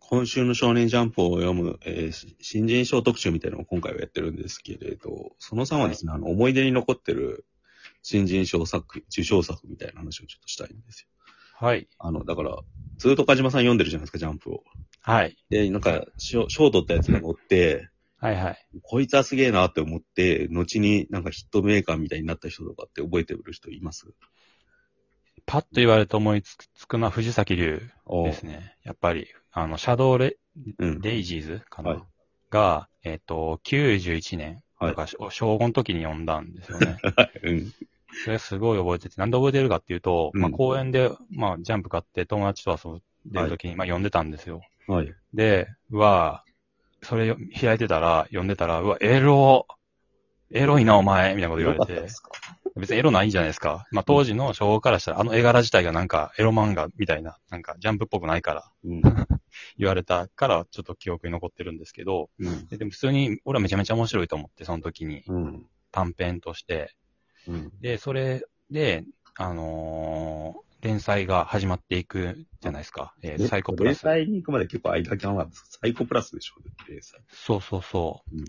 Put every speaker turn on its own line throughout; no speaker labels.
今週の少年ジャンプを読む、えーし新人賞特集みたいなのを今回はやってるんですけれど、その3はですね、あの、思い出に残ってる新人賞作、受賞作みたいな話をちょっとしたいんですよ。
はい。
あの、だから、ずっと梶間さん読んでるじゃないですか、ジャンプを。
はい。
で、なんか、賞賞取ったやつが載って、
はいはい。
こいつはすげえなって思って、後になんかヒットメーカーみたいになった人とかって覚えてる人います
パッと言われて思いつくつくのは藤崎龍
お
ですね。やっぱり、あの、シャドウレ
うん。
デイジーズかな、
はい
が、えっ、と、91年
はい
とか、小小5の時に読んだんです よね。
うん。
それすごい覚えてて、なんで覚えてるかっていうと、
うん
まあ公園で、まあジャンプ買って友達と遊んでる時に、まあ読んでたんですよ。
はい。
で、うわそれ開いてたら、読んでたら、うわ、エロエロいな、お前みたいなこと言われ
よかった
て
で。すか
別にエロないんじゃないですか。まあ、当時の昭和からしたら、あの絵柄自体がなんかエロ漫画みたいな、なんかジャンプっぽくないから
うん。
言われたから、ちょっと記憶に残ってるんですけど、
うん。
ででも普通に俺はめちゃめちゃ面白いと思って、その時に
うん。
短編として。
うん。
で、それで、あのー連載が始まっていくじゃないですか。えーサイコプラス。
連載に行くまで結構間空きなかったです。サイコプラスでしょ、連載。
そうそうそう。
うん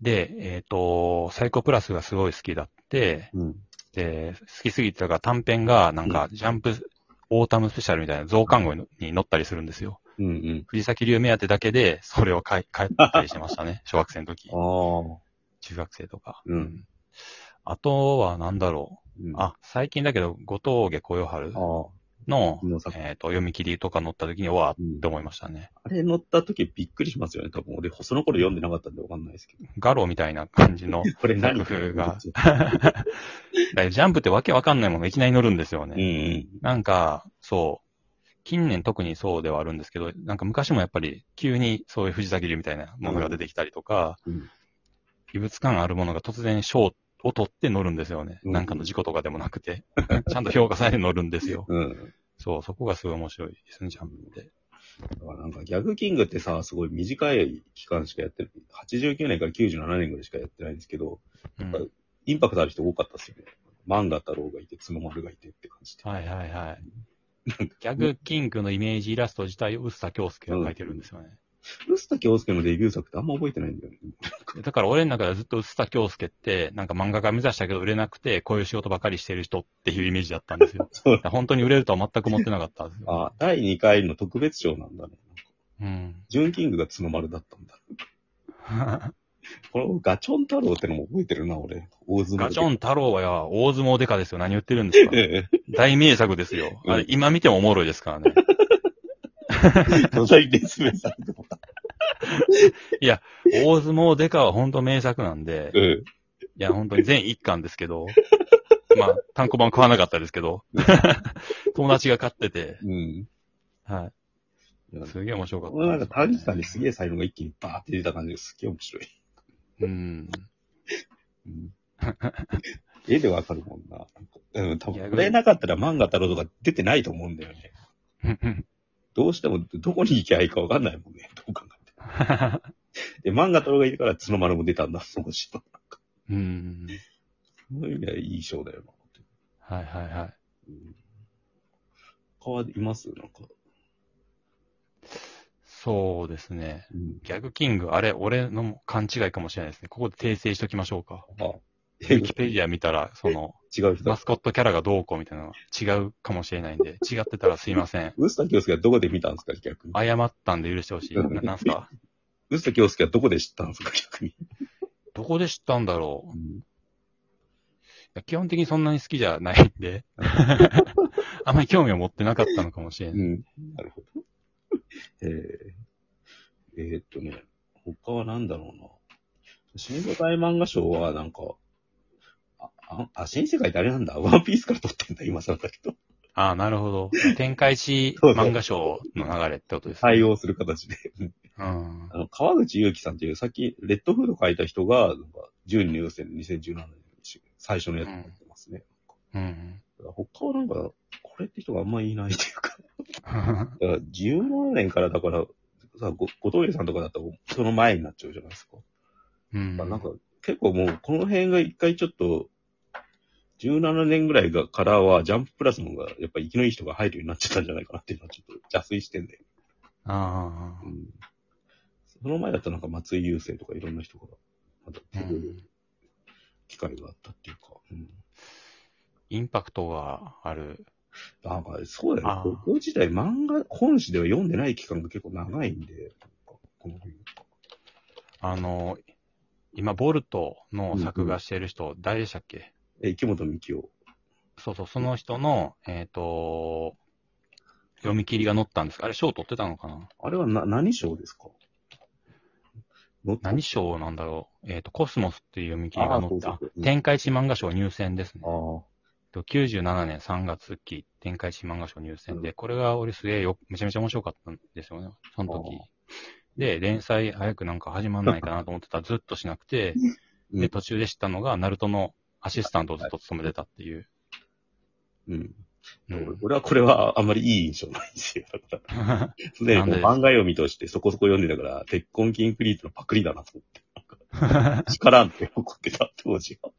で、えっ、と、サイコプラスがすごい好きだって、
うん。
で、好きすぎてたから短編が、なんか、ジャンプ、オータムスペシャルみたいな増刊号にに載ったりするんですよ。
うんうん。
藤崎流目当てだけで、それを買い、買ったりしてました ね。小学生の時
あ、あ。
中学生とか。
うん
あとは、なんだろう。
うん、
あ、最近だけど、後藤家小夜春
ああ。
の、
の作
えっ、と、読み切りとか載った時に、うわーって思いましたね。
あれ乗った時びっくりしますよね。多分俺、その頃読んでなかったんでわかんないですけど。
ガロみたいな感じの
これ
作
何
風が。
う
だからジャンプってわけわかんないものがいきなり載るんですよね。
んうん。
なんか、そう、近年特にそうではあるんですけど、なんか昔もやっぱり急にそういう藤崎流みたいなものが出てきたりとか、
うん
異物感あるものが突然賞を取って乗るんですよね。
うん
なんかの事故とかでもなくて、 ちゃんと評価されて乗るんですよ。
うん。
そう、そこがすごい面白いですね、ジャンプって。
だからなんかギャグキングってさ、すごい短い期間しかやってる。89年から97年ぐらいしかやってないんですけど、
うん
はいインパクトある人多かったですよね。漫画太郎がいて、角丸がいてって感じで。
はいはいはい。ギャグキングのイメージイラスト自体を臼田恭介が描いてるんですよね。
臼田恭介のデビュー作ってあんま覚えてないんだよね。
だから俺の中ではずっと臼田恭介って、なんか漫画家目指したけど売れなくて、こういう仕事ばかりしてる人っていうイメージだったんです よ。
そう
だから本当に売れるとは全く思ってなかったんですよ。
あ、第2回の特別賞なんだね。
うん。
ジュンキングが角丸だったんだ。このガチョン太郎ってのも覚えてるな、俺。大相撲で。。
ガチョン太郎はや、大相撲デカですよ。何言ってるんですか
え
大名作ですよ。あ
う
れ
ん、
今見てもおもろいです からね。
え。巨大レスメさんとか。
大相撲デカは本当名作なんで、い
うん。
や、本当に全一巻ですけ ど、まあ、単行版買わなかったですけ ど、友達が買ってて、
うん。
はい
や
い。すげえ面白かった
俺なんか短期間ですげえ才能が一気にバーって出た感じがすっげえ面白い。
うん。
うん。絵でわかるもんな。うん、多
い
分
や
これなかったら漫画太郎とか出てないと思うんだよね。 どうしてもどこに行きゃいいかわかんないもんね。どう考えても。で、漫画太郎がいるから角丸も出たんだ、その人。
うん。
そういう意味ではいい賞だよな。
はいはいは
う
い。
ん他はいますなんか。
そうですね。
うん。
ギャグキング、あれ、俺の勘違いかもしれないですね。ここで訂正しときましょうか。
あ、
ウィキペディア見たら、その、
違う人
マ
だ。
スコットキャラがどうこうみたいなのが違うかもしれないんで、違ってたらすいません。
臼田恭介はどこで見たんですか逆に。
謝ったんで許してほしい。ななんすか
臼田恭介はどこで知ったんですか逆に。
どこで知ったんだろう
う。ん
いや基本的にそんなに好きじゃないん で、あまり興味を持ってなかったのかもしれ
う
ない。
ん。なるほど。えー、えーっとね、他は何だろうな。新世界漫画賞はなんか、あ、あ、あ新世界ってあれなんだ。ワンピースから撮ってんだ、今更だけど。
ああ、なるほど。展開し
そうそう
漫画賞の流れってことですね。
対応する形で。
うん。
あの、川口祐樹さんっていう、さっき、レッドフード書いた人が、なんか、10人優先で2017年に最初のやつになってますね。
うん。
だから他はなんか、これって人があんまりいないというか。だから17年からだから、さ、ご、ごとりさんとかだと、その前になっちゃうじゃないですか。
うん
まあなんか、結構もう、この辺が一回ちょっと、17年ぐらいがからは、ジャンププラスの方が、やっぱ生きのいい人が入るようになっちゃったんじゃないかなっていうのは、ちょっと邪推してんだよ。
ああ
う。んその前だとなんか松井優生とかいろんな人が、また
う
出る
ん
機会があったっていうか、うん。
インパクトがある。
なんかそうだよね
あ。ー
高校時代漫画、本誌では読んでない期間が結構長いんで、なんかこの辺とか
あの、今、ボルトの作画してる人、誰でしたっけ
え、池本美希夫。
そうそう、その人の、えっ、と、読み切りが載ったんですあれ、賞取ってたのかな
あれはな、何賞ですかの
何賞なんだろうえっ、と、コスモスっていう読み切りが載っ
あーそう
た
そうそうう。ん
展開誌漫画賞入選ですね
あ。あ。
と97年3月期、展開誌漫画賞入選で、これが俺すげえよ、めちゃめちゃ面白かったんですよね、その時
あ。
で、連載早くなんか始まんないかなと思ってたらずっとしなくて、
うん
で、途中で知ったのが、ナルトのアシスタントをずっと務めてたっていう。
うん。
う
俺
ん、
俺はこれはあんまりいい印象ないんですよ。だから、すでに
なん
もう
で
漫画読みとしてそこそこ読んでたから、鉄痕キンクリートのパクリだなと思って。力って思ってた、当時は。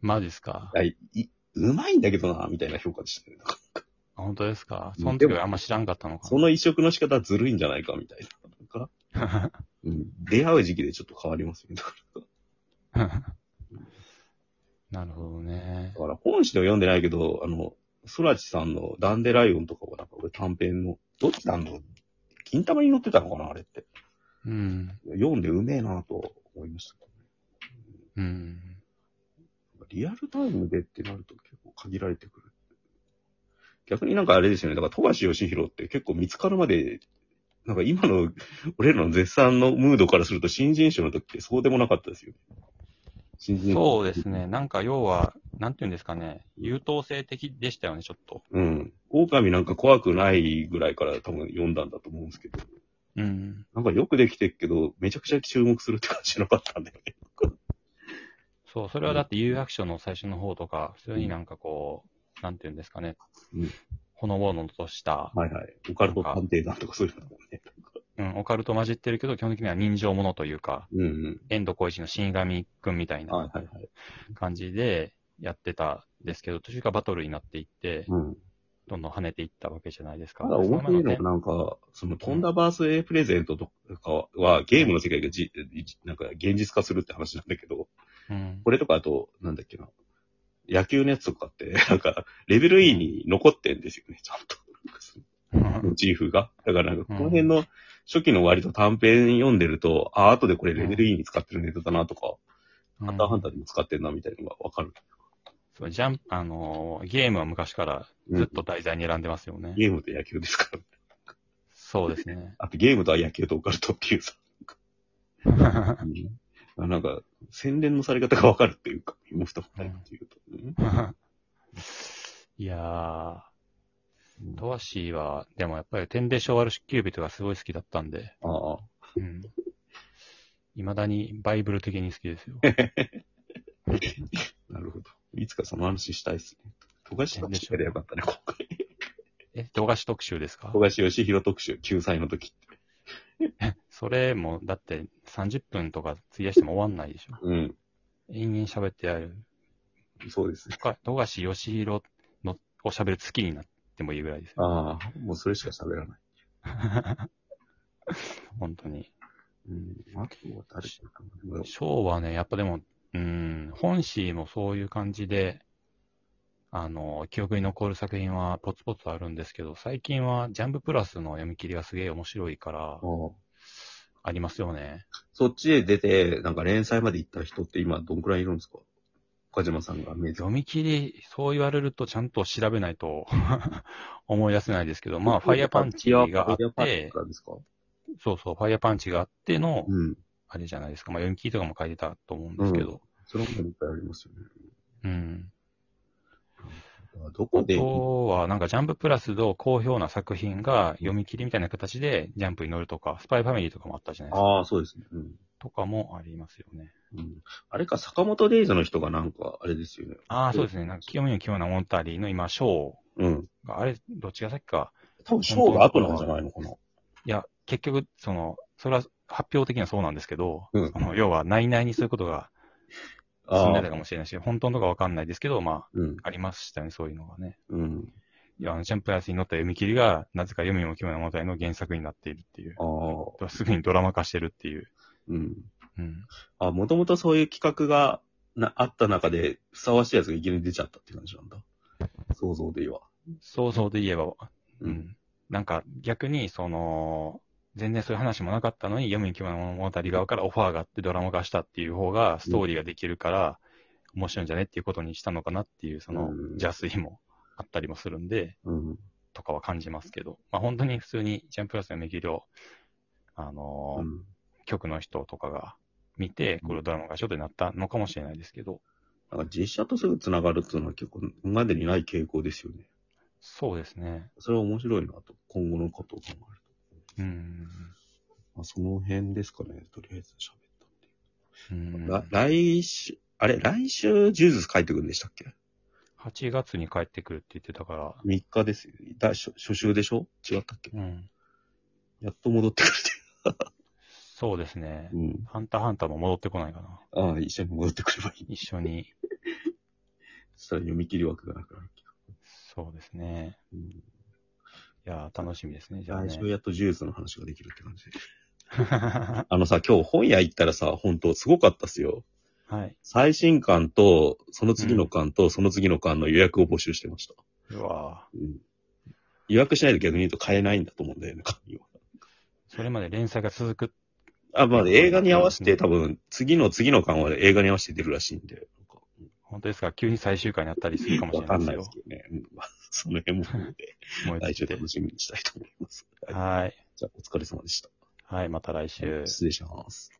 マジっすか
いやいいうまいんだけどな、みたいな評価でしたね。だから
あ本当ですか
うん
その時はあんま知らんかったのか
その移植の仕方はずるいんじゃないか、みたいな。だから、
な。
うん、出会う時期でちょっと変わりますね。だか
なるほどね
ら、。だから本誌では読んでないけど、あの、ソラチさんのダンデライオンとかはなんか俺短編の、どっちなんだろう金玉に載ってたのかな、あれって。
うん。
読んでうめえなと思いましたけどね。
うん。
リアルタイムでってなると結構限られてくる。逆になんかあれですよね。だから、富樫義弘って結構見つかるまで、なんか今の、俺らの絶賛のムードからすると新人賞の時ってそうでもなかったですよね。新人
そうですね。。なんか要は、なんていうんですかね。優等生的でしたよね、ちょっと。
うん。狼なんか怖くないぐらいから多分読んだんだと思うんですけど。
うん。
なんかよくできてるけど、めちゃくちゃ注目するって感じじゃなかったんだよね。
そう、それはだって有楽章の最初の方とか、普通になんかこう、なんていうんですかね
うん。
ほのぼのとした、
はいはい。オカルト探偵団とかそういうのもね。
うん、オカルト混じってるけど、基本的には人情ものというか、
うん
遠藤浩一の死神くんみたい
うん。は
ない
はいはい。
感じでやってたんですけど、途中からバトルになっていって、
うん。
どんどん跳ねていったわけじゃないですか。
ただ面白いのが
そ
なんか、その、飛んだバース A プレゼントとかは、ゲームの世界がじ、なんか現実化するって話なんだけど、
前のね
これとかあと、なんだっけな、野球のやつとかって、なんか、レベル E に残ってんですよね、ちゃんと。
うん。
モチーフが。だからなんか、この辺の初期の割と短編読んでると、あ、後でこれレベル E に使ってるネタだなとか、ハンターハンターでも使ってんなみたいなのがわかる。
そうジャンプ、あのーゲームは昔からずっと題材に選んでますよね。
ゲームと野球ですから。。
そうですね
あとゲームとは野球とオカルトっていうさ。
うん
うん、なんか、洗練のされ方がわかるっていうか、もう二言っていうと。
いやー、
うん
トワシーは、でもやっぱり天で昭和のキュービットがすごい好きだったんで、
ああ。
うん。未だにバイブル的に好きですよ。
なるほど。いつかその話したいですね。富樫特集やればよかったね、今回。
え、動画誌特集ですか
富樫義弘特集、救済の時って。
それも、だって30分とか費やしても終わんないでしょ。
うん。
延々喋ってやる。
そうですね。
か富樫義弘のを喋る月になってもいいぐらい ですよ。
ああ、もうそれしか喋らない。
本当に。
うん。あとは誰かな
賞はね、やっぱでも、うん、本誌もそういう感じで、あの、記憶に残る作品はポツポツあるんですけど、最近はジャンププラスの読み切りがすげえ面白いから、
ああ
ありますよね。
そっちへ出て、なんか連載まで行った人って今どんくらいいるんですか岡島さんが目
読み切り、そう言われるとちゃんと調べないと 思い出せないですけど、まあ、ファイヤーパンチがあっ
ファイヤーパンチ
て、
からですか
そうそう、ファイヤーパンチがあっての、
うん。
あれじゃないですか、まあ、読み切りとかも書いてたと思うんですけど、
それもいっぱいありますよね。
うん。
どこ
あ
で、
とは、なんかジャンププラスの好評な作品が読み切りみたいな形でジャンプに乗るとか、スパイファミリーとかもあったじゃないですか。
ああ、そうですね。うん。
とかもありますよね。
うん、あれか、坂本デイズの人がなんか、あれですよね。
ああ、そうですね。なんか、清めの清めなモンタリーの今、ショ
うん。
ーが、あれ、どっちが先か。
多分、ショーが後なんじゃないのかな。
いや、結局、その、それは発表的にはそうなんですけど、
うん
その要は、内々にそういうことが
あ
進ん
あ
でたかもしれないし、本当のとかわかんないですけど、ま
うん。
あ、ありましたよね、そういうのがね。
うん。
いやあのジャンプ安に載った読み切りが、なぜか読みもきも物語の原作になっているっていう。
ああ、
すぐにドラマ化してるっていう。
うん。
うん。
あ、もともとそういう企画がなあった中で、ふさわしいやつがいきなり出ちゃったって感じなんだ。想像でいいわ。
そうそうで言えば、う。
うん
なんか逆に、その、全然そういう話もなかったのに、読みきも物語側からオファーがあってドラマ化したっていう方が、ストーリーができるから、面白いんじゃねっていうことにしたのかなっていう、その
うん、
邪推もあったりもするんで、
うん。
とかは感じますけど、まあ本当に普通にジャンプラスの読み切りを、あのー
うん
局の人とかが見て、これをドラマ化しようとなったのかもしれないですけど、
なんか実写とすぐ繋がるっていうのは結構今までにない傾向ですよね。
そうですね。
それは面白いなと、今後のことを考えると。
うん。
まあ、その辺ですかね、とりあえず喋ったっていううんら来週、あれ来週、ジューズ書いてくるんでしたっけ
8月に帰ってくるって言ってたから、
?3 日ですよ。だ初初週でしょ違ったっけ
うん。
やっと戻ってくれ
そうですね
て。。うん。
ハンターハンターも戻ってこないかな。
ああ、一緒に戻ってくればいい。
一緒に。
そしたら読み切り枠がなくなるけ
そうですね。
ど。うん
いやー、楽しみですね。じゃあ
来週
ね。
やっとジュースの話ができるって感じで。あのさ、今日本屋行ったらさ、本当すごかったっすよ。
はい。
最新刊と、その次の刊と、その次の刊の予約を募集してました。
うわ
うん予約しないと逆に言うと買えないんだと思うんだよね、紙は。
ーそれまで連載が続く。
あ、まあ映画に合わせて多分、次の次の巻は映画に合わせて出るらしいんで、なんか
本当ですか急に最終回になったりするかもし
わ
れな
か
い
ん
で
な
す
い
よ
です。けどね。うんまあ、その辺も含めて、
もう
来
一
週
度。
楽しみにしたいと思います。はい
はい。
じゃあ、お疲れ様でした。
はい、また来週。
失礼します。